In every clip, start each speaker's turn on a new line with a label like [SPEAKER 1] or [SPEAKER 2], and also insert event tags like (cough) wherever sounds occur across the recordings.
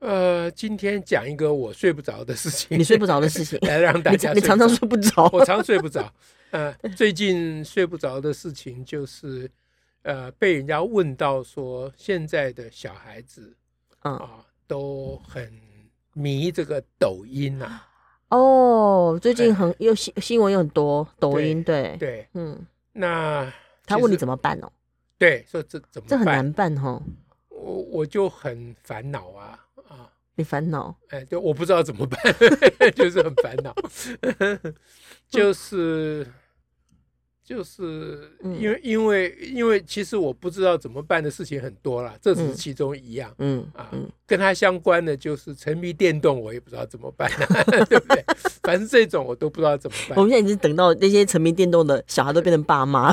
[SPEAKER 1] 呃，今天讲一个我睡不着的事情，
[SPEAKER 2] 你睡不着的事 (laughs) 情
[SPEAKER 1] (laughs) 来让大家
[SPEAKER 2] 你常常睡不着，
[SPEAKER 1] 我常睡不着。呃，最近睡不着的事情就是，呃，被人家问到说现在的小孩子
[SPEAKER 2] 嗯
[SPEAKER 1] 啊、呃都很迷这个抖音啊，
[SPEAKER 2] 哦，最近很又新新闻又很多，抖音对，
[SPEAKER 1] 对，
[SPEAKER 2] 嗯，
[SPEAKER 1] 那
[SPEAKER 2] 他问你怎
[SPEAKER 1] 么
[SPEAKER 2] 么办哦，
[SPEAKER 1] 对说这怎么
[SPEAKER 2] 这很
[SPEAKER 1] 办
[SPEAKER 2] 难办哦，
[SPEAKER 1] 我我就很烦恼啊啊，
[SPEAKER 2] 你烦恼，
[SPEAKER 1] 哎，对，我不知道怎么办， (laughs) 就是很烦恼， (laughs)
[SPEAKER 2] 嗯
[SPEAKER 1] 就是就是
[SPEAKER 2] 嗯
[SPEAKER 1] 因为因为因为其实我不知道怎么办的事情很多啦，这只是
[SPEAKER 2] 嗯
[SPEAKER 1] 其中一样。
[SPEAKER 2] 嗯
[SPEAKER 1] 啊
[SPEAKER 2] 嗯，
[SPEAKER 1] 跟它相关的就是沉迷电动，我也不知道怎么办、啊， (laughs) 对不对？反正这种我都不知道怎么
[SPEAKER 2] 我
[SPEAKER 1] 办。
[SPEAKER 2] 们现在已经等到那些沉迷电动的小孩都变成爸妈，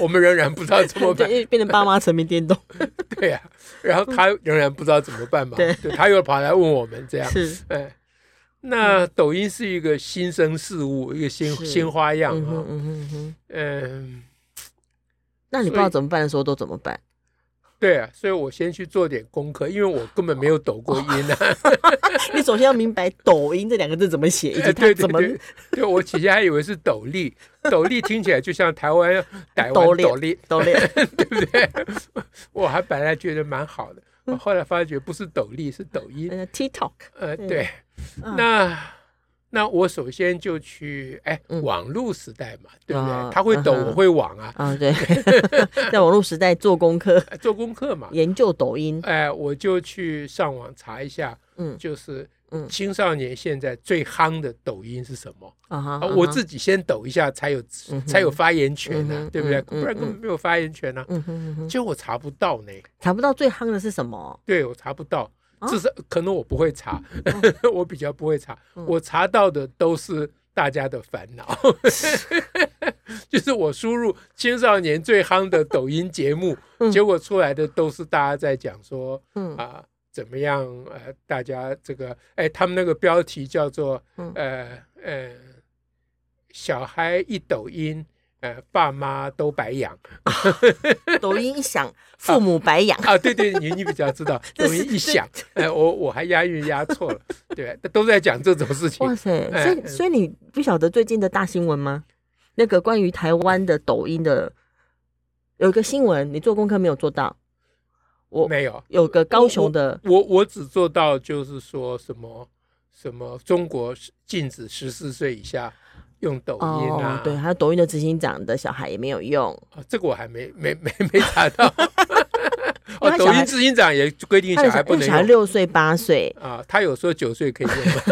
[SPEAKER 1] 我们仍然不知道怎么办，
[SPEAKER 2] 对，变成爸妈沉迷电
[SPEAKER 1] (laughs)
[SPEAKER 2] 动，
[SPEAKER 1] 对呀、然后他仍然不知道怎么办嘛，
[SPEAKER 2] 对
[SPEAKER 1] 对，他又跑来问我们这样，
[SPEAKER 2] 是，
[SPEAKER 1] 哎，那抖音是一个新生事物，一个新
[SPEAKER 2] 嗯是
[SPEAKER 1] 新花样
[SPEAKER 2] 嗯哼
[SPEAKER 1] 啊。
[SPEAKER 2] 嗯哼嗯哼，
[SPEAKER 1] 嗯，
[SPEAKER 2] 那你不知道怎么办的时候都怎么办？
[SPEAKER 1] 对啊，所以我先去做点功课，因为我根本没有抖过音
[SPEAKER 2] 哦
[SPEAKER 1] (laughs) 啊。
[SPEAKER 2] 你首先要明白“抖音”哎这两个字怎么写，以及它
[SPEAKER 1] 对
[SPEAKER 2] 怎
[SPEAKER 1] 对
[SPEAKER 2] 么
[SPEAKER 1] 对，对我起先还以为是斗笠，斗笠听起来就像
[SPEAKER 2] (laughs)
[SPEAKER 1] 台湾台湾
[SPEAKER 2] 抖
[SPEAKER 1] 斗
[SPEAKER 2] 脸
[SPEAKER 1] 笠， (laughs)
[SPEAKER 2] 抖脸。
[SPEAKER 1] 对不对？我还本来觉得蛮好的，我后来发觉不是斗笠，是抖音。
[SPEAKER 2] 呃，TikTok，
[SPEAKER 1] 呃，
[SPEAKER 2] 对
[SPEAKER 1] 对，
[SPEAKER 2] 嗯
[SPEAKER 1] 那那我首先就去，哎，
[SPEAKER 2] 嗯
[SPEAKER 1] 网络时代嘛，对不
[SPEAKER 2] 啊
[SPEAKER 1] 对？他会抖，
[SPEAKER 2] 嗯哼
[SPEAKER 1] 我会网啊，
[SPEAKER 2] 啊，
[SPEAKER 1] (laughs)
[SPEAKER 2] 对，在网络时代做功课，
[SPEAKER 1] 呃做功课嘛，
[SPEAKER 2] 研究抖音，
[SPEAKER 1] 哎，我就去上网查一下，
[SPEAKER 2] 嗯
[SPEAKER 1] 就是
[SPEAKER 2] 嗯
[SPEAKER 1] 青少年现在最夯的抖音是什么？
[SPEAKER 2] 啊哈，
[SPEAKER 1] 啊
[SPEAKER 2] 啊
[SPEAKER 1] 我
[SPEAKER 2] 哈
[SPEAKER 1] 自，己先抖一下，才有
[SPEAKER 2] 嗯哼
[SPEAKER 1] 才有发言权
[SPEAKER 2] 嗯
[SPEAKER 1] 呢
[SPEAKER 2] 哼，
[SPEAKER 1] 对不对？
[SPEAKER 2] 嗯嗯
[SPEAKER 1] 不然根本没有发言权呢。
[SPEAKER 2] 嗯哼嗯哼，
[SPEAKER 1] 结果我查不到呢，
[SPEAKER 2] 查不到最夯的是什么？
[SPEAKER 1] 对我查不到
[SPEAKER 2] 啊，哦
[SPEAKER 1] 至少可能我不会查， (laughs) 我比较不会查，
[SPEAKER 2] 嗯
[SPEAKER 1] 我查到的都是大家的烦恼， (laughs) 就是我输入青少年最夯的抖音节目
[SPEAKER 2] 嗯，
[SPEAKER 1] 结果出来的都是大家在讲说
[SPEAKER 2] 嗯
[SPEAKER 1] 啊。怎么样？呃，大家这个，哎，他们那个标题叫做
[SPEAKER 2] 嗯，
[SPEAKER 1] 呃呃，小孩一抖音，呃，爸妈都白
[SPEAKER 2] (laughs)
[SPEAKER 1] 养
[SPEAKER 2] 抖音一响，父母白养，
[SPEAKER 1] 啊！对对，你你比较知道，
[SPEAKER 2] (laughs)
[SPEAKER 1] 抖
[SPEAKER 2] 这是
[SPEAKER 1] 音一响，哎，我我还押韵押
[SPEAKER 2] (laughs)
[SPEAKER 1] 错了，对，都在讲这种事情
[SPEAKER 2] 哇。塞！所以，
[SPEAKER 1] 哎
[SPEAKER 2] 所以你不晓得最近的大新闻吗？那个关于台湾的抖音的有一个新闻，你做功课没有做到？我
[SPEAKER 1] 没有，
[SPEAKER 2] 有个高雄的，
[SPEAKER 1] 我我只做到就是说什么什么中国禁止十四岁以下用抖音
[SPEAKER 2] 哦
[SPEAKER 1] 啊，，
[SPEAKER 2] 对，还有抖音的执行长的小孩也没有用，
[SPEAKER 1] 啊这个我还没没没没查
[SPEAKER 2] (laughs)
[SPEAKER 1] 到。
[SPEAKER 2] 因为
[SPEAKER 1] 哦
[SPEAKER 2] 他，小
[SPEAKER 1] 抖
[SPEAKER 2] 孩
[SPEAKER 1] 音执行长也规定
[SPEAKER 2] 他
[SPEAKER 1] 小
[SPEAKER 2] 的
[SPEAKER 1] 孩
[SPEAKER 2] 小
[SPEAKER 1] 不
[SPEAKER 2] 因为小
[SPEAKER 1] 能
[SPEAKER 2] 孩
[SPEAKER 1] 用
[SPEAKER 2] 六岁八岁， (laughs)
[SPEAKER 1] 啊，他有说九岁可以用吗。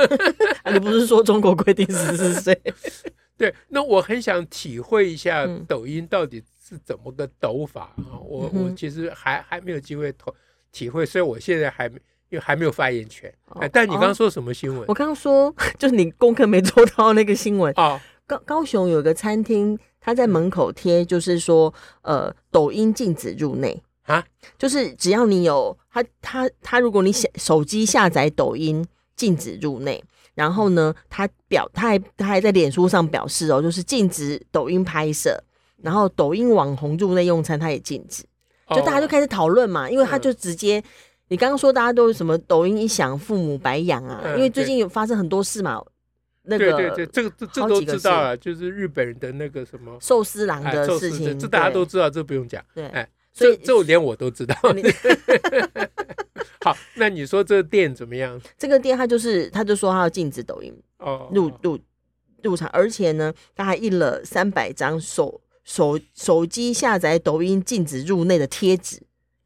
[SPEAKER 2] 啊你不是说中国规定十四岁？
[SPEAKER 1] (laughs)
[SPEAKER 2] (laughs)
[SPEAKER 1] 对，那我很想体会一下
[SPEAKER 2] 嗯
[SPEAKER 1] 抖音到底是怎么个抖法啊！我
[SPEAKER 2] 嗯
[SPEAKER 1] 我
[SPEAKER 2] 哼
[SPEAKER 1] 其实还还没有机会投体会，所以我现在还没因为还没有发言权。
[SPEAKER 2] 哦
[SPEAKER 1] 哎，但你
[SPEAKER 2] 哦
[SPEAKER 1] 刚刚说什么新闻
[SPEAKER 2] 我？刚刚说， (laughs) 就是你功课没做到那个新闻，
[SPEAKER 1] 哦，
[SPEAKER 2] 高高雄有个餐厅，他在门口贴，就是说，呃，抖音禁止入内
[SPEAKER 1] 啊，
[SPEAKER 2] 就是只要你有他他他，如果你下手机下载抖音，禁止入内。然后呢，他表他还他还在脸书上表示哦，就是禁止抖音拍摄，然后抖音网红入内用餐，他也禁止。就大家就
[SPEAKER 1] 始
[SPEAKER 2] 开始讨论嘛，因为他
[SPEAKER 1] 哦嗯
[SPEAKER 2] 就直接，你刚刚说大家都什么抖音一响，父母白养啊，
[SPEAKER 1] 嗯
[SPEAKER 2] 因为最近有发生很多事嘛，那
[SPEAKER 1] 对对对，
[SPEAKER 2] 个
[SPEAKER 1] 这个这这
[SPEAKER 2] 好
[SPEAKER 1] 都
[SPEAKER 2] 几个
[SPEAKER 1] 知道了，就是日本人的那个什么
[SPEAKER 2] 寿司郎
[SPEAKER 1] 哎
[SPEAKER 2] 的
[SPEAKER 1] 宙斯
[SPEAKER 2] 事情，
[SPEAKER 1] 这大家
[SPEAKER 2] 对
[SPEAKER 1] 都知道，这不用讲。
[SPEAKER 2] (laughs) 对，
[SPEAKER 1] 哎，
[SPEAKER 2] 所以
[SPEAKER 1] 这这我连我都知道。
[SPEAKER 2] 你
[SPEAKER 1] (laughs) 好，那你说这店怎么样？
[SPEAKER 2] 这个店他就是他就说他要禁止抖音
[SPEAKER 1] 哦，
[SPEAKER 2] 入入入场，而且呢，他还印了三百张手手手机下载抖音禁止入内的贴纸，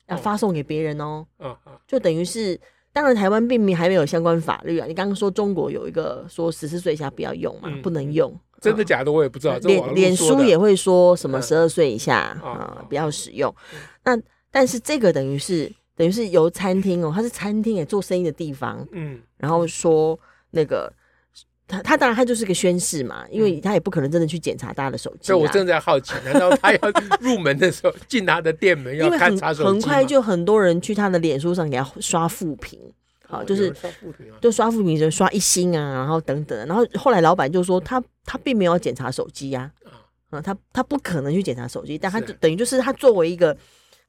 [SPEAKER 2] 要
[SPEAKER 1] 哦
[SPEAKER 2] 发送给别人哦。
[SPEAKER 1] 啊啊
[SPEAKER 2] 就等于是，当然台湾并没还没有相关法律啊。你刚刚说中国有一个说十四岁以下不要用嘛，
[SPEAKER 1] 嗯
[SPEAKER 2] 不能用，
[SPEAKER 1] 真的
[SPEAKER 2] 嗯
[SPEAKER 1] 假的？我也不知啊道。这
[SPEAKER 2] 脸
[SPEAKER 1] 网络
[SPEAKER 2] 脸
[SPEAKER 1] 说
[SPEAKER 2] 书
[SPEAKER 1] 的
[SPEAKER 2] 也会说什么
[SPEAKER 1] 嗯
[SPEAKER 2] 十二岁以下啊、
[SPEAKER 1] 哦哦
[SPEAKER 2] 不要使用。那但是这个等于是等于是由餐厅哦，他是餐厅也做生意的地方，
[SPEAKER 1] 嗯，
[SPEAKER 2] 然后说那个他他当然他就是个宣誓嘛，因为他也不可能真的去检查大家的手机
[SPEAKER 1] 所以
[SPEAKER 2] 啦，
[SPEAKER 1] 嗯我正在好奇，难道
[SPEAKER 2] (laughs)
[SPEAKER 1] 他要入门的时候进他的店门要
[SPEAKER 2] 因为
[SPEAKER 1] 看
[SPEAKER 2] 很
[SPEAKER 1] 查手机
[SPEAKER 2] 很快
[SPEAKER 1] 吗
[SPEAKER 2] 就很多人去他的脸书上给他刷负评，好、
[SPEAKER 1] 哦
[SPEAKER 2] 就
[SPEAKER 1] 有
[SPEAKER 2] 是
[SPEAKER 1] 人刷副评啊
[SPEAKER 2] 就刷负评就刷一星啊，然后等等，然后后来老板就说他他并没有检查手机呀、
[SPEAKER 1] 啊
[SPEAKER 2] 啊，他他不可能去检查手机，但他
[SPEAKER 1] 是啊
[SPEAKER 2] 就等于就是他作为一个，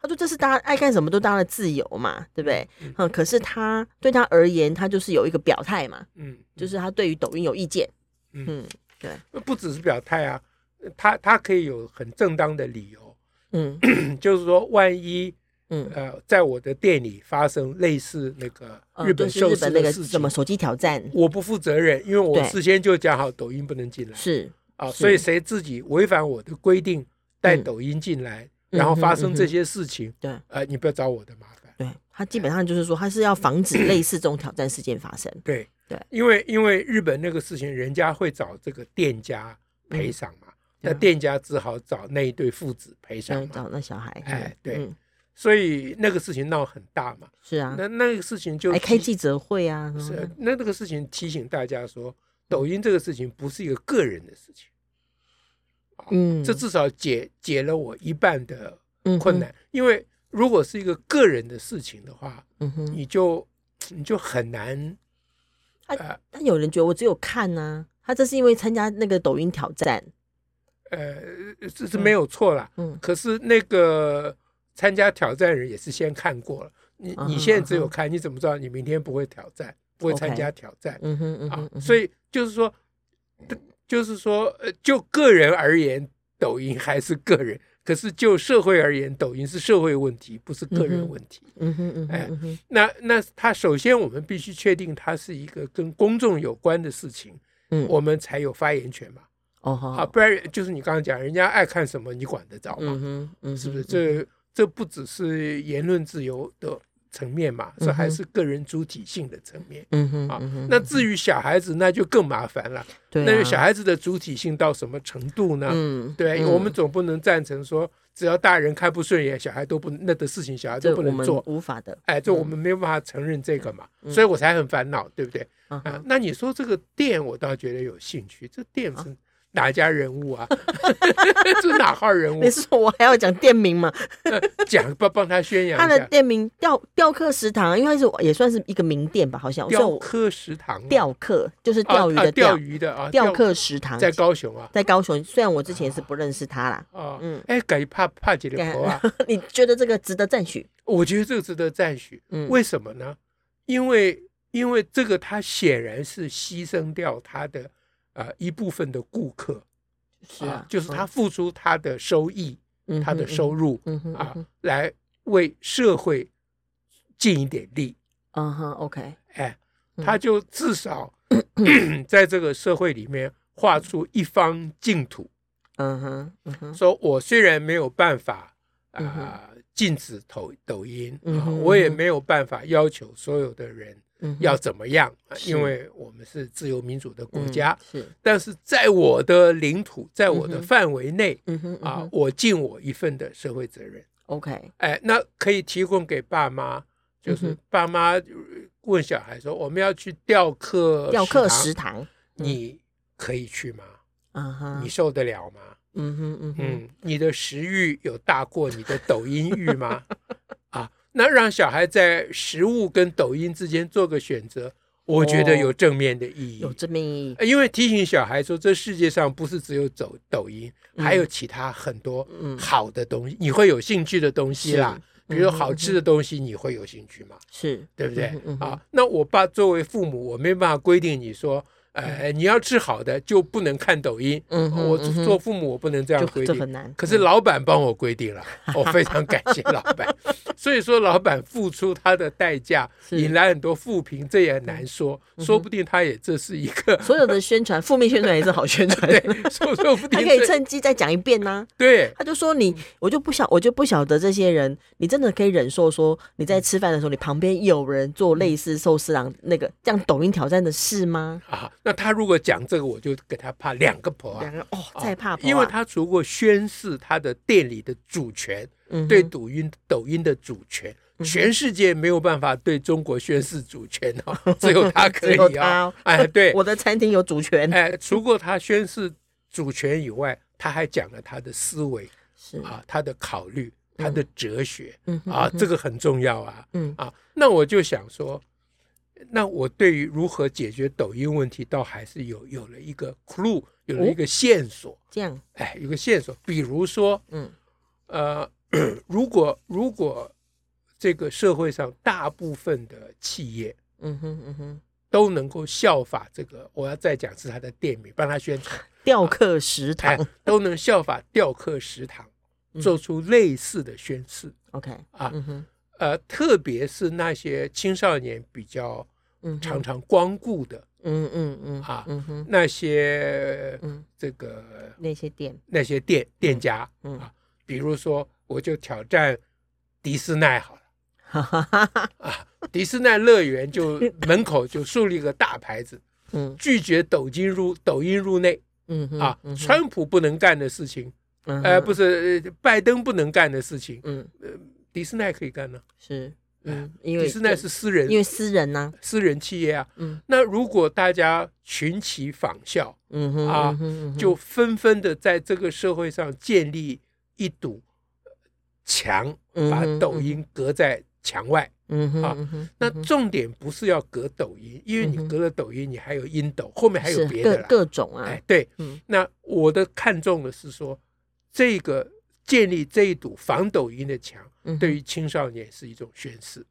[SPEAKER 2] 他说这是大家爱干什么都大家的自由嘛，对不对？
[SPEAKER 1] 嗯
[SPEAKER 2] 嗯，可是他对他而言，他就是有一个表态嘛，
[SPEAKER 1] 嗯，
[SPEAKER 2] 就是他对于抖音有意见，
[SPEAKER 1] 嗯
[SPEAKER 2] 嗯
[SPEAKER 1] 不只是表态啊，他他可以有很正当的理由，
[SPEAKER 2] 嗯
[SPEAKER 1] 就是说，万一
[SPEAKER 2] 嗯，
[SPEAKER 1] 呃，在我的店里发生类似那个
[SPEAKER 2] 呃
[SPEAKER 1] 日本
[SPEAKER 2] 就是
[SPEAKER 1] 寿
[SPEAKER 2] 日
[SPEAKER 1] 司
[SPEAKER 2] 本那
[SPEAKER 1] 的
[SPEAKER 2] 个
[SPEAKER 1] 事
[SPEAKER 2] 什
[SPEAKER 1] 情嗯
[SPEAKER 2] 么，手机挑战
[SPEAKER 1] 我不负责任，因为我
[SPEAKER 2] 对
[SPEAKER 1] 事先就讲好抖音不能进来
[SPEAKER 2] 是
[SPEAKER 1] 啊，
[SPEAKER 2] 是
[SPEAKER 1] 所以谁自己违反我的规定带
[SPEAKER 2] 嗯
[SPEAKER 1] 抖音进来，然
[SPEAKER 2] 嗯
[SPEAKER 1] 后
[SPEAKER 2] 哼
[SPEAKER 1] 发生
[SPEAKER 2] 嗯
[SPEAKER 1] 这
[SPEAKER 2] 哼
[SPEAKER 1] 些事情，
[SPEAKER 2] 对
[SPEAKER 1] 呃，你不要找我的麻烦。
[SPEAKER 2] 对他基本上就是说，他是要防止类似这种挑战事件发生。
[SPEAKER 1] 对
[SPEAKER 2] 对，
[SPEAKER 1] 因为因为日本那个事情，人家会找这个店家赔偿嘛，那
[SPEAKER 2] 嗯对啊
[SPEAKER 1] 店家只好找那一对父子赔偿
[SPEAKER 2] 想
[SPEAKER 1] 嘛，
[SPEAKER 2] 找那小孩，
[SPEAKER 1] 哎
[SPEAKER 2] 嗯
[SPEAKER 1] 对
[SPEAKER 2] 嗯
[SPEAKER 1] 所以那个事情闹很大嘛。
[SPEAKER 2] 是啊，
[SPEAKER 1] 那那个事情就
[SPEAKER 2] 还哎开
[SPEAKER 1] 提
[SPEAKER 2] 记者会啊，什
[SPEAKER 1] 是
[SPEAKER 2] 么的
[SPEAKER 1] 那这个事情提醒大家说，抖
[SPEAKER 2] 嗯
[SPEAKER 1] 音这个事情不是一个个人的事情，啊
[SPEAKER 2] 嗯
[SPEAKER 1] 这至少解解了我一半的
[SPEAKER 2] 嗯哼
[SPEAKER 1] 困难，，因为如果是一个个人的事情的话，
[SPEAKER 2] 嗯哼，
[SPEAKER 1] 你就你就很难
[SPEAKER 2] 啊
[SPEAKER 1] 呃
[SPEAKER 2] 但有人觉得我只有看啊，他这是因为参加那个抖音挑战，
[SPEAKER 1] 呃，这是没有错啦。
[SPEAKER 2] 嗯，
[SPEAKER 1] 可是那个参加挑战人也是先看过了，你
[SPEAKER 2] 嗯哼
[SPEAKER 1] 你现在只
[SPEAKER 2] 嗯
[SPEAKER 1] 有
[SPEAKER 2] 哼
[SPEAKER 1] 看，你怎么知道你明天不会挑战，不会参
[SPEAKER 2] OK
[SPEAKER 1] 加挑战？
[SPEAKER 2] 嗯哼嗯
[SPEAKER 1] 啊
[SPEAKER 2] 哼，，
[SPEAKER 1] 所
[SPEAKER 2] 以
[SPEAKER 1] 以就是说，就是说，呃，就个人而言，抖音还是个人；可是就社会而言，抖音是社会问题，不是个人问题。
[SPEAKER 2] 嗯哼嗯哼
[SPEAKER 1] 哎
[SPEAKER 2] 嗯哼
[SPEAKER 1] 那那它首先我们必须确定它是一个跟公众有关的事情，
[SPEAKER 2] 嗯
[SPEAKER 1] 我们才有发言权嘛。
[SPEAKER 2] 哦好
[SPEAKER 1] 啊，，不然就是你刚刚讲，人家爱看什么，你管得着
[SPEAKER 2] 嗯
[SPEAKER 1] 吗？
[SPEAKER 2] 哼嗯哼，
[SPEAKER 1] 是不是？
[SPEAKER 2] 嗯
[SPEAKER 1] 这这不只是言论自由的层面嘛，这还是个人主体性的层面。
[SPEAKER 2] 嗯哼
[SPEAKER 1] 啊
[SPEAKER 2] 嗯哼，
[SPEAKER 1] 那至于小孩子，那就更麻烦了。
[SPEAKER 2] 对
[SPEAKER 1] 那
[SPEAKER 2] 啊
[SPEAKER 1] 个小孩子的主体性到什么程度呢？
[SPEAKER 2] 嗯
[SPEAKER 1] 对，啊
[SPEAKER 2] 嗯
[SPEAKER 1] 我们总不能赞成说，只要大人看不顺眼，小孩都不那的事情，小孩
[SPEAKER 2] 这
[SPEAKER 1] 都不
[SPEAKER 2] 我
[SPEAKER 1] 能
[SPEAKER 2] 们
[SPEAKER 1] 做。
[SPEAKER 2] 无法的，
[SPEAKER 1] 哎，这我们没有办法承认这个嘛，
[SPEAKER 2] 嗯
[SPEAKER 1] 所以我才很烦恼，对不对？
[SPEAKER 2] 嗯
[SPEAKER 1] 啊
[SPEAKER 2] 哼，啊
[SPEAKER 1] 那你说这个店，我倒觉得有兴趣，这店是哪家人物啊？ (laughs) 这哪号人物
[SPEAKER 2] 你？是说我还要讲店名嘛？
[SPEAKER 1] (laughs) 讲帮帮他宣扬
[SPEAKER 2] 他
[SPEAKER 1] 一
[SPEAKER 2] 的
[SPEAKER 1] 下。
[SPEAKER 2] 店名雕雕刻食堂，因为它是也算是一个名店吧，好像，所以
[SPEAKER 1] 雕
[SPEAKER 2] 我
[SPEAKER 1] 刻食堂啊，
[SPEAKER 2] 雕刻就是钓鱼
[SPEAKER 1] 啊啊
[SPEAKER 2] 的
[SPEAKER 1] 钓鱼的啊，
[SPEAKER 2] 雕刻食堂
[SPEAKER 1] 在高雄啊
[SPEAKER 2] 在高雄，虽然我之前是不认识他啦，
[SPEAKER 1] 啊，
[SPEAKER 2] 嗯，
[SPEAKER 1] 哎，改怕怕几的
[SPEAKER 2] (laughs)
[SPEAKER 1] 婆啊，
[SPEAKER 2] 你觉得这个值得赞许？
[SPEAKER 1] 我觉得这个值得赞许。
[SPEAKER 2] 嗯，
[SPEAKER 1] 为什么呢？因为因为这个他显然是牺牲掉他的呃一部分的顾客
[SPEAKER 2] 是啊，
[SPEAKER 1] 就是他付出他的收益、
[SPEAKER 2] 嗯
[SPEAKER 1] 他的收，入、
[SPEAKER 2] 嗯哼嗯
[SPEAKER 1] 啊
[SPEAKER 2] 哼，
[SPEAKER 1] 来为社会尽一点力。
[SPEAKER 2] 嗯哼，OK，
[SPEAKER 1] 哎，
[SPEAKER 2] 嗯
[SPEAKER 1] 他就
[SPEAKER 2] (clears throat)
[SPEAKER 1] 至少在这个社会里面画出一方净土。
[SPEAKER 2] 嗯哼，嗯哼，
[SPEAKER 1] 说我虽然没有办法
[SPEAKER 2] 嗯
[SPEAKER 1] 啊、呃禁止抖抖音、啊
[SPEAKER 2] 嗯哼
[SPEAKER 1] 我也
[SPEAKER 2] 嗯哼
[SPEAKER 1] 没有办法要求所有的人
[SPEAKER 2] 嗯哼
[SPEAKER 1] 要怎么样，啊
[SPEAKER 2] 是
[SPEAKER 1] 因为我们是自由民主的国
[SPEAKER 2] 嗯
[SPEAKER 1] 家。
[SPEAKER 2] 是，
[SPEAKER 1] 但是在我的领土，在我的
[SPEAKER 2] 嗯哼
[SPEAKER 1] 范围内、
[SPEAKER 2] 嗯哼
[SPEAKER 1] 啊
[SPEAKER 2] 啊，
[SPEAKER 1] 我尽我一份的社会责任。
[SPEAKER 2] ，OK，
[SPEAKER 1] 哎，那可以提供给爸妈，就是
[SPEAKER 2] 嗯
[SPEAKER 1] 爸妈呃问小孩说：“我们要去雕刻
[SPEAKER 2] 雕刻
[SPEAKER 1] 呃食
[SPEAKER 2] 食
[SPEAKER 1] 堂，
[SPEAKER 2] 堂，嗯
[SPEAKER 1] 你可以去吗？
[SPEAKER 2] 嗯哼，
[SPEAKER 1] 你受得了吗？”
[SPEAKER 2] 嗯哼，嗯哼，
[SPEAKER 1] 嗯，你的食欲有大过你的抖音欲吗？ (laughs) 啊，那让小孩在食物跟抖音之间做个选择，我觉得
[SPEAKER 2] 哦
[SPEAKER 1] 有正面的意义。
[SPEAKER 2] 有正面意义，
[SPEAKER 1] 呃因为提醒小孩说，这世界上不是只有走抖音，
[SPEAKER 2] 嗯
[SPEAKER 1] 还有其他很多
[SPEAKER 2] 嗯
[SPEAKER 1] 好的东西，你会有兴趣的东西啦。比如
[SPEAKER 2] 嗯哼
[SPEAKER 1] 好吃的东西，你会有兴趣吗？
[SPEAKER 2] 是，
[SPEAKER 1] 对不对
[SPEAKER 2] 嗯哼嗯？哼
[SPEAKER 1] 啊，那我爸作为父母，我没办法规定你说，呃，你要吃好的就不能看抖音。
[SPEAKER 2] 嗯哼
[SPEAKER 1] 我
[SPEAKER 2] 嗯哼
[SPEAKER 1] 做父母，我不能这样规
[SPEAKER 2] 就这
[SPEAKER 1] 定。
[SPEAKER 2] 很难，
[SPEAKER 1] 可是
[SPEAKER 2] 嗯
[SPEAKER 1] 老板帮我规
[SPEAKER 2] (laughs)
[SPEAKER 1] 定了，我非常感谢老板。所以说，老板付出他的代价，
[SPEAKER 2] 是嗯
[SPEAKER 1] 引来很多负评，这也很难说。说不定他也这是一个
[SPEAKER 2] 所有的宣传，负面宣传也是好宣传，(laughs)
[SPEAKER 1] (laughs) 对，说说不
[SPEAKER 2] 他
[SPEAKER 1] 定
[SPEAKER 2] 可以
[SPEAKER 1] 这
[SPEAKER 2] 趁机再讲一遍呐。
[SPEAKER 1] 对
[SPEAKER 2] 他就说你，
[SPEAKER 1] 嗯
[SPEAKER 2] 我就不晓，我就不晓得这些人，你真的可以忍受说你
[SPEAKER 1] 嗯
[SPEAKER 2] 在吃饭的时候，你旁边有人做类似寿司郎那个这样抖音挑战的事吗？
[SPEAKER 1] 啊。那他如果讲这个，我就给他怕两个婆啊
[SPEAKER 2] 两。个哦，
[SPEAKER 1] 啊
[SPEAKER 2] 再怕、啊，
[SPEAKER 1] 因为他除过宣示他的店里的主权，
[SPEAKER 2] 嗯哼
[SPEAKER 1] 对抖音抖音的主权，
[SPEAKER 2] 嗯
[SPEAKER 1] 全世界没有办法对中国宣示主权
[SPEAKER 2] (laughs)
[SPEAKER 1] 哦，只有他可
[SPEAKER 2] 只有
[SPEAKER 1] 以
[SPEAKER 2] 他
[SPEAKER 1] 啊
[SPEAKER 2] 哦。
[SPEAKER 1] 哎，对，
[SPEAKER 2] (laughs) 我的餐厅有主权，
[SPEAKER 1] 哎，除过他宣示主权以外，他还讲了他的思维
[SPEAKER 2] 是，
[SPEAKER 1] 啊，他的考虑，他的哲学
[SPEAKER 2] 嗯哼
[SPEAKER 1] 啊，
[SPEAKER 2] 嗯哼
[SPEAKER 1] 这个很重要啊。
[SPEAKER 2] 嗯
[SPEAKER 1] 啊，那我就想说，那我对于如何解决抖音问题，倒还是有有了一个 clue，有
[SPEAKER 2] 哦
[SPEAKER 1] 了一个线索。
[SPEAKER 2] 这样，
[SPEAKER 1] 哎，有个线索，比如说，
[SPEAKER 2] 嗯
[SPEAKER 1] 呃，如果如果这个社会上大部分的企业
[SPEAKER 2] 嗯哼嗯哼，
[SPEAKER 1] 都能够效法这个，我要再讲是它的店名，帮他
[SPEAKER 2] (laughs)
[SPEAKER 1] 宣传，
[SPEAKER 2] 雕刻食
[SPEAKER 1] 哎
[SPEAKER 2] 堂，
[SPEAKER 1] 都能效法雕刻食堂，
[SPEAKER 2] 嗯
[SPEAKER 1] 做出类似的宣示。
[SPEAKER 2] ，OK
[SPEAKER 1] 啊
[SPEAKER 2] 嗯哼
[SPEAKER 1] 呃，特别是那些青少年比较
[SPEAKER 2] 嗯哼
[SPEAKER 1] 常常光顾的
[SPEAKER 2] 嗯嗯嗯
[SPEAKER 1] 啊
[SPEAKER 2] 嗯哼
[SPEAKER 1] 那些
[SPEAKER 2] 嗯，
[SPEAKER 1] 这个
[SPEAKER 2] 那些店，
[SPEAKER 1] 那些店店家
[SPEAKER 2] 嗯
[SPEAKER 1] 啊，比如说，我就挑战迪士奈好了。
[SPEAKER 2] 哈哈哈哈，
[SPEAKER 1] 啊，迪士尼乐园
[SPEAKER 2] (laughs)
[SPEAKER 1] 就门口就树立一个大牌子，
[SPEAKER 2] 嗯
[SPEAKER 1] 拒绝抖音入抖音入内
[SPEAKER 2] 嗯哼
[SPEAKER 1] 啊
[SPEAKER 2] 嗯，哼
[SPEAKER 1] 川普不能干的事情，
[SPEAKER 2] 嗯
[SPEAKER 1] 呃，
[SPEAKER 2] 哼
[SPEAKER 1] 不是呃拜登不能干的事情，
[SPEAKER 2] 嗯
[SPEAKER 1] 迪士尼可以干呢。
[SPEAKER 2] 是，
[SPEAKER 1] 哎
[SPEAKER 2] 嗯，因为
[SPEAKER 1] 迪士尼是私人
[SPEAKER 2] 因为私人呐，
[SPEAKER 1] 私人企业啊。
[SPEAKER 2] 嗯
[SPEAKER 1] 那如果大家群起仿效，
[SPEAKER 2] 嗯哼
[SPEAKER 1] 啊
[SPEAKER 2] 嗯哼嗯哼
[SPEAKER 1] 就纷纷的在这个社会上建立一堵呃墙，
[SPEAKER 2] 嗯
[SPEAKER 1] 把
[SPEAKER 2] 哼
[SPEAKER 1] 抖音隔在墙外。
[SPEAKER 2] 嗯哼
[SPEAKER 1] 啊
[SPEAKER 2] 嗯哼
[SPEAKER 1] 那
[SPEAKER 2] 嗯哼
[SPEAKER 1] 重点不是要隔抖音，因为
[SPEAKER 2] 嗯
[SPEAKER 1] 你
[SPEAKER 2] 哼
[SPEAKER 1] 隔了抖音，你还有音抖，后面还有
[SPEAKER 2] 是
[SPEAKER 1] 别
[SPEAKER 2] 各
[SPEAKER 1] 的啦。
[SPEAKER 2] 各种啊
[SPEAKER 1] 哎，，对，
[SPEAKER 2] 嗯
[SPEAKER 1] 那我的看重的是说，这个建立这一堵防抖音的墙，
[SPEAKER 2] 嗯哼
[SPEAKER 1] 对于青少年是一种宣示，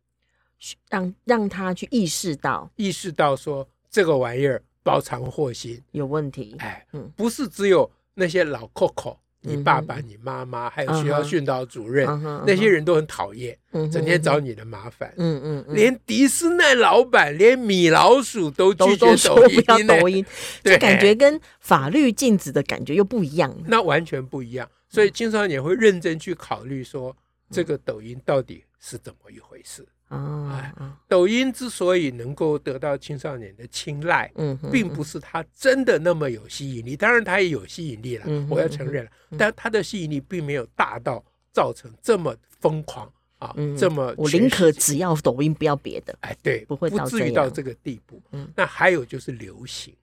[SPEAKER 2] 让让他去意识到
[SPEAKER 1] 意识到说这个玩意儿包藏祸心，
[SPEAKER 2] 有问题，
[SPEAKER 1] 哎
[SPEAKER 2] 嗯，
[SPEAKER 1] 不是只有那些老 Coco，你
[SPEAKER 2] 嗯哼
[SPEAKER 1] 爸爸、你妈妈，还有学校
[SPEAKER 2] 嗯哼
[SPEAKER 1] 训导主任
[SPEAKER 2] 嗯哼
[SPEAKER 1] 那些人都很讨厌，
[SPEAKER 2] 嗯哼
[SPEAKER 1] 整天找你的麻烦。
[SPEAKER 2] 嗯嗯嗯，
[SPEAKER 1] 连迪士尼老板，连米老鼠都拒
[SPEAKER 2] 都
[SPEAKER 1] 绝
[SPEAKER 2] 都
[SPEAKER 1] 抖
[SPEAKER 2] 说
[SPEAKER 1] 音
[SPEAKER 2] 不要
[SPEAKER 1] 呢
[SPEAKER 2] 抖音，
[SPEAKER 1] 对
[SPEAKER 2] 这感觉跟法律禁止的感觉又不一样。
[SPEAKER 1] 那完全不一样。
[SPEAKER 2] 嗯
[SPEAKER 1] 所以青少年会认真去考虑说，这个抖音到底是怎么一回事。
[SPEAKER 2] 啊
[SPEAKER 1] 哎，
[SPEAKER 2] 啊
[SPEAKER 1] 抖音之所以能够得到青少年的青睐，
[SPEAKER 2] 嗯哼，
[SPEAKER 1] 并不是它真的那么有吸引力，当然它也有吸引力了
[SPEAKER 2] 嗯，哼
[SPEAKER 1] 我要承认了，但它的吸引力并没有大到造成这么疯狂啊
[SPEAKER 2] 嗯，
[SPEAKER 1] 这么
[SPEAKER 2] 我
[SPEAKER 1] 全
[SPEAKER 2] 宁
[SPEAKER 1] 世
[SPEAKER 2] 可
[SPEAKER 1] 界
[SPEAKER 2] 只要抖音，不要别的。
[SPEAKER 1] 哎对，
[SPEAKER 2] 不会到
[SPEAKER 1] 至于
[SPEAKER 2] 这
[SPEAKER 1] 到
[SPEAKER 2] 样
[SPEAKER 1] 这个地步
[SPEAKER 2] 嗯。
[SPEAKER 1] 那还有就是流行。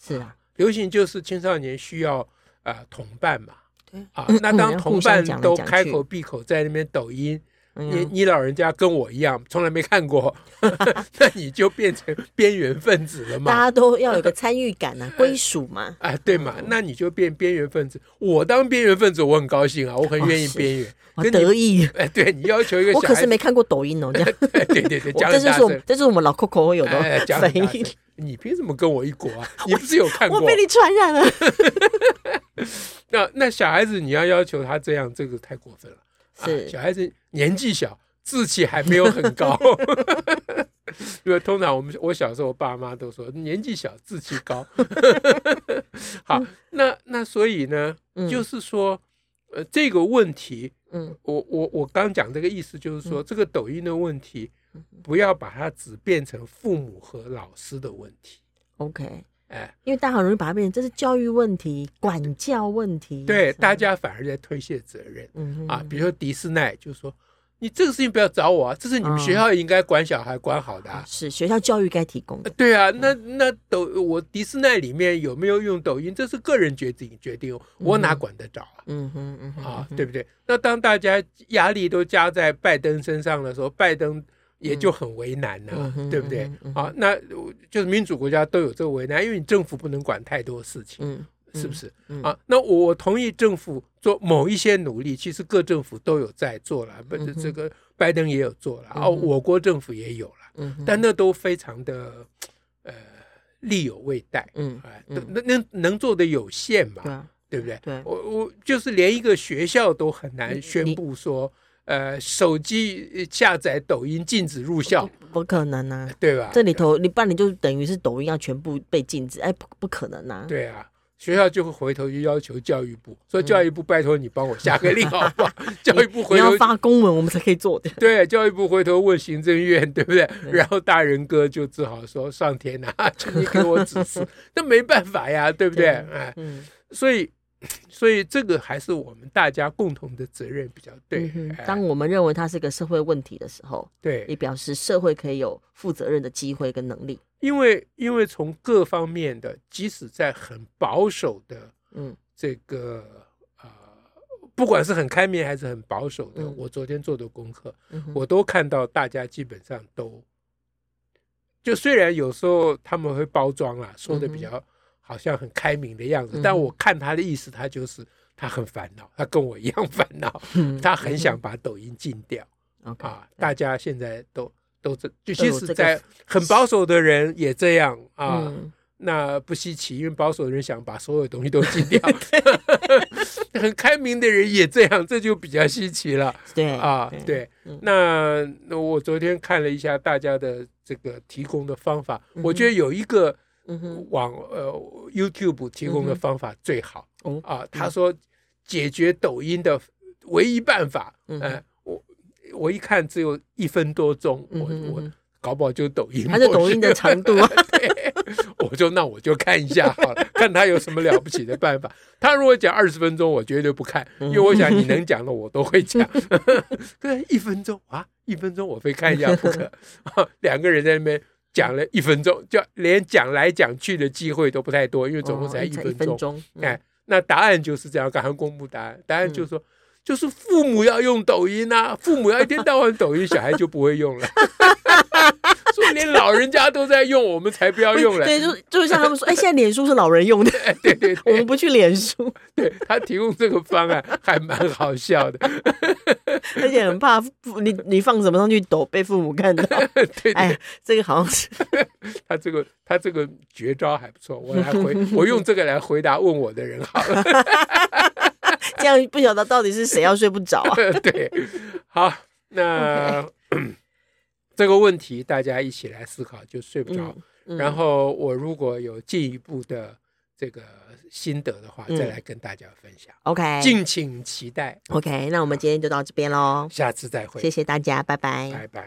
[SPEAKER 2] 是啊，
[SPEAKER 1] 流行就是青少年需要呃同伴嘛。
[SPEAKER 2] 对
[SPEAKER 1] 啊
[SPEAKER 2] 嗯，
[SPEAKER 1] 那
[SPEAKER 2] 嗯
[SPEAKER 1] 当
[SPEAKER 2] 要
[SPEAKER 1] 同
[SPEAKER 2] 互相
[SPEAKER 1] 伴
[SPEAKER 2] 讲来
[SPEAKER 1] 都
[SPEAKER 2] 讲
[SPEAKER 1] 开
[SPEAKER 2] 去
[SPEAKER 1] 口闭口在那边抖音，
[SPEAKER 2] 嗯
[SPEAKER 1] 你
[SPEAKER 2] 呀，
[SPEAKER 1] 你老人家跟我一样从来没
[SPEAKER 2] (laughs)
[SPEAKER 1] 看过， (laughs) 那你就变成边缘分子了
[SPEAKER 2] 大
[SPEAKER 1] 嘛？哎
[SPEAKER 2] 家嗯都要有
[SPEAKER 1] (laughs)
[SPEAKER 2] 个参与感啊，归属嘛。
[SPEAKER 1] 啊，对嘛？那你就变边缘分子。我当边缘分子，我很高兴啊，我很
[SPEAKER 2] 哦
[SPEAKER 1] 愿意
[SPEAKER 2] 是
[SPEAKER 1] 边缘。
[SPEAKER 2] 我
[SPEAKER 1] 跟
[SPEAKER 2] 得
[SPEAKER 1] 你
[SPEAKER 2] 意，
[SPEAKER 1] 哎，对你要求一个
[SPEAKER 2] 我可
[SPEAKER 1] 小孩
[SPEAKER 2] 是
[SPEAKER 1] 子，
[SPEAKER 2] 没看过抖音哦，这样，
[SPEAKER 1] (laughs) 对对对，
[SPEAKER 2] 我
[SPEAKER 1] 讲
[SPEAKER 2] 这
[SPEAKER 1] 很
[SPEAKER 2] 就
[SPEAKER 1] 大
[SPEAKER 2] 是我们
[SPEAKER 1] 声，
[SPEAKER 2] 这是我们老 Coco 会有的
[SPEAKER 1] 哎，讲很
[SPEAKER 2] 反
[SPEAKER 1] 大
[SPEAKER 2] (laughs)
[SPEAKER 1] 声
[SPEAKER 2] 应。。
[SPEAKER 1] 你凭什么跟我一国
[SPEAKER 2] (laughs)
[SPEAKER 1] 啊？你不是有看过？
[SPEAKER 2] 我被你传染了，
[SPEAKER 1] (laughs) 那那小孩子你要要求他这样，这个太过分了。啊、
[SPEAKER 2] 是
[SPEAKER 1] 小孩子年纪小，志气还没有很
[SPEAKER 2] (laughs)
[SPEAKER 1] 高。因为通常我们我小时候，我爸妈都说年纪小志气
[SPEAKER 2] (laughs)
[SPEAKER 1] 高。好，那那所以呢，
[SPEAKER 2] 嗯
[SPEAKER 1] 就是说，呃，这个问题，
[SPEAKER 2] 嗯
[SPEAKER 1] 我我我刚讲这个意思，就是说、这个抖音的问题，
[SPEAKER 2] 嗯
[SPEAKER 1] 不要把它只变成父母和老师的问题。
[SPEAKER 2] ，OK，
[SPEAKER 1] 哎，
[SPEAKER 2] 因为大家很容易把它变成这是教育问题、管教问题。嗯
[SPEAKER 1] 对，
[SPEAKER 2] 是吧
[SPEAKER 1] 大，家反而在推卸责任。
[SPEAKER 2] 嗯
[SPEAKER 1] 啊，比如说迪士尼就说你这个事情不要找我、啊，这是你们学校应该管小孩管好的、啊。
[SPEAKER 2] 是学校教育该提供
[SPEAKER 1] 呃
[SPEAKER 2] 的，
[SPEAKER 1] 对啊，那那抖我迪士尼里面有没有用抖音，这是个人决定决定，我哪管得着啊？
[SPEAKER 2] 嗯哼嗯嗯哼
[SPEAKER 1] 啊，对不对？那当大家压力都加在拜登身上的时候，拜登也就很为难了、
[SPEAKER 2] 嗯哼
[SPEAKER 1] 对不对
[SPEAKER 2] 嗯哼嗯？哼
[SPEAKER 1] 啊，那我就是民主国家都有这个为难，因为你政府不能管太多事情，
[SPEAKER 2] 嗯，
[SPEAKER 1] 是不是？
[SPEAKER 2] 嗯
[SPEAKER 1] 啊，那我同意政府做某一些努力，其实各政府都有在做了，不、
[SPEAKER 2] 嗯哼
[SPEAKER 1] 这个拜登也有做了，
[SPEAKER 2] 嗯
[SPEAKER 1] 哦，
[SPEAKER 2] 哼
[SPEAKER 1] 我国政府也有了，
[SPEAKER 2] 嗯哼？
[SPEAKER 1] 但那都非常的呃力有未逮，
[SPEAKER 2] 嗯，
[SPEAKER 1] 哎、
[SPEAKER 2] 嗯
[SPEAKER 1] 那能能做的有限嘛，
[SPEAKER 2] 对啊，
[SPEAKER 1] 对不对？
[SPEAKER 2] 对
[SPEAKER 1] 我我就是连一个学校都很难
[SPEAKER 2] 你
[SPEAKER 1] 宣布说，呃，手机呃下载抖音禁止入校，
[SPEAKER 2] 不可能啊！
[SPEAKER 1] 对吧？
[SPEAKER 2] 这里头你不然你就等于是抖音要全部被禁止，哎，不不可能啊！
[SPEAKER 1] 对啊，学校就会回头就要求教育部说，
[SPEAKER 2] 嗯
[SPEAKER 1] 教育部拜托你帮我下个令好
[SPEAKER 2] (laughs)
[SPEAKER 1] 不好？教育部
[SPEAKER 2] 你
[SPEAKER 1] 回
[SPEAKER 2] 你
[SPEAKER 1] 头
[SPEAKER 2] 要发公文我们才可以做的。
[SPEAKER 1] 对，教育部回头问行政院，对不对？
[SPEAKER 2] 对
[SPEAKER 1] 然后大人哥就只好说
[SPEAKER 2] (laughs)
[SPEAKER 1] 上天啊，请你给我指示，那没办法呀，对不对？
[SPEAKER 2] 对
[SPEAKER 1] 哎，
[SPEAKER 2] 嗯
[SPEAKER 1] 所以所以这个还是我们大家共同的责任比较对
[SPEAKER 2] 嗯。哼
[SPEAKER 1] 哎
[SPEAKER 2] 当我们认为它是个社会问题的时候，
[SPEAKER 1] 对
[SPEAKER 2] 也，表示社会可以有负责任的机会跟能力。
[SPEAKER 1] 因为因为从各方面的，即使在很保守的
[SPEAKER 2] 嗯
[SPEAKER 1] 这个呃，不管是很开明还是很保守的，
[SPEAKER 2] 嗯
[SPEAKER 1] 我昨天做的功课，
[SPEAKER 2] 嗯哼，
[SPEAKER 1] 我都看到大家基本上都，就虽然有时候他们会包装啦，说的比较好像很开明的样
[SPEAKER 2] 嗯
[SPEAKER 1] 子，
[SPEAKER 2] 嗯哼
[SPEAKER 1] 但我看他的意思，他就是他很烦恼，他跟我一样 (laughs) 烦恼，
[SPEAKER 2] 嗯
[SPEAKER 1] 他很想把抖音禁掉
[SPEAKER 2] OK，
[SPEAKER 1] 啊！大家现在都都这，就
[SPEAKER 2] 都
[SPEAKER 1] 即
[SPEAKER 2] 有
[SPEAKER 1] 使
[SPEAKER 2] 这个
[SPEAKER 1] 在很保守的人也这样啊。
[SPEAKER 2] 嗯
[SPEAKER 1] 那不稀奇，因为保守的人想把所有东西都
[SPEAKER 2] (laughs)
[SPEAKER 1] 禁掉， (laughs) 很开明的人也这样，这就比较稀奇了。
[SPEAKER 2] 对
[SPEAKER 1] 啊，对
[SPEAKER 2] 嗯，
[SPEAKER 1] 那那我昨天看了一下大家的这个提供的方法，
[SPEAKER 2] 嗯哼
[SPEAKER 1] 我觉得有一个
[SPEAKER 2] 嗯哼，
[SPEAKER 1] 网呃 YouTube 提供的方法最好
[SPEAKER 2] 哦
[SPEAKER 1] 啊，他说解决抖音的唯一办法，
[SPEAKER 2] 嗯
[SPEAKER 1] 呃，我我一看只有一分多钟，
[SPEAKER 2] 嗯
[SPEAKER 1] 我
[SPEAKER 2] 哼
[SPEAKER 1] 我
[SPEAKER 2] 嗯哼
[SPEAKER 1] 搞不好就抖音模
[SPEAKER 2] 它
[SPEAKER 1] 式，
[SPEAKER 2] 是抖音的长度
[SPEAKER 1] (laughs)
[SPEAKER 2] 啊，
[SPEAKER 1] 我就那我就看一下好了，看他有什么了不起的办法。他如果讲二十分钟，我绝对不看，因为我想你能讲的我都会讲。 (laughs) 对，一分钟啊，一分钟我非看一下不可。啊两个人在那边讲了一分钟，就连讲来讲去的机会都不太多，因为总共才
[SPEAKER 2] 哦
[SPEAKER 1] 一
[SPEAKER 2] 一
[SPEAKER 1] 分钟
[SPEAKER 2] 分。钟，嗯
[SPEAKER 1] 哎，那答案就是这样，赶快公布答案。答案就是说，就是父母要用抖音啊，父母要一天到晚抖音，小孩就不会用了。 (laughs) 说连老人家都在用，我们才不要用
[SPEAKER 2] (laughs)
[SPEAKER 1] 嘞。嗯
[SPEAKER 2] 对，就就像他们说，哎，现在脸书是老人
[SPEAKER 1] (laughs)
[SPEAKER 2] 用的，
[SPEAKER 1] 对对
[SPEAKER 2] 我
[SPEAKER 1] 对
[SPEAKER 2] 们不去脸书，
[SPEAKER 1] 对， (laughs) 他提供这个方案还蛮好笑的。
[SPEAKER 2] 而且很怕父你你放什么上去抖被父母看到，
[SPEAKER 1] (laughs) 对对，
[SPEAKER 2] 哎，这个好像是
[SPEAKER 1] 他这个他这个绝招还不错，我来
[SPEAKER 2] (laughs)
[SPEAKER 1] 回我用这个来回答问我的人 (laughs) 好了。
[SPEAKER 2] 这样，不晓得到底是谁要睡不着
[SPEAKER 1] (laughs)
[SPEAKER 2] 啊。
[SPEAKER 1] 对，好，那 (clears throat) 这个问题大家一起来思考，就睡不着。
[SPEAKER 2] 嗯嗯
[SPEAKER 1] 然后我如果有进一步的这个心得的话，
[SPEAKER 2] 嗯
[SPEAKER 1] 再来跟大家分享。
[SPEAKER 2] OK
[SPEAKER 1] 敬请期待，
[SPEAKER 2] OK，那我们今天就到这边喽，
[SPEAKER 1] 下次再会，
[SPEAKER 2] 谢谢大家，拜拜。
[SPEAKER 1] 拜拜。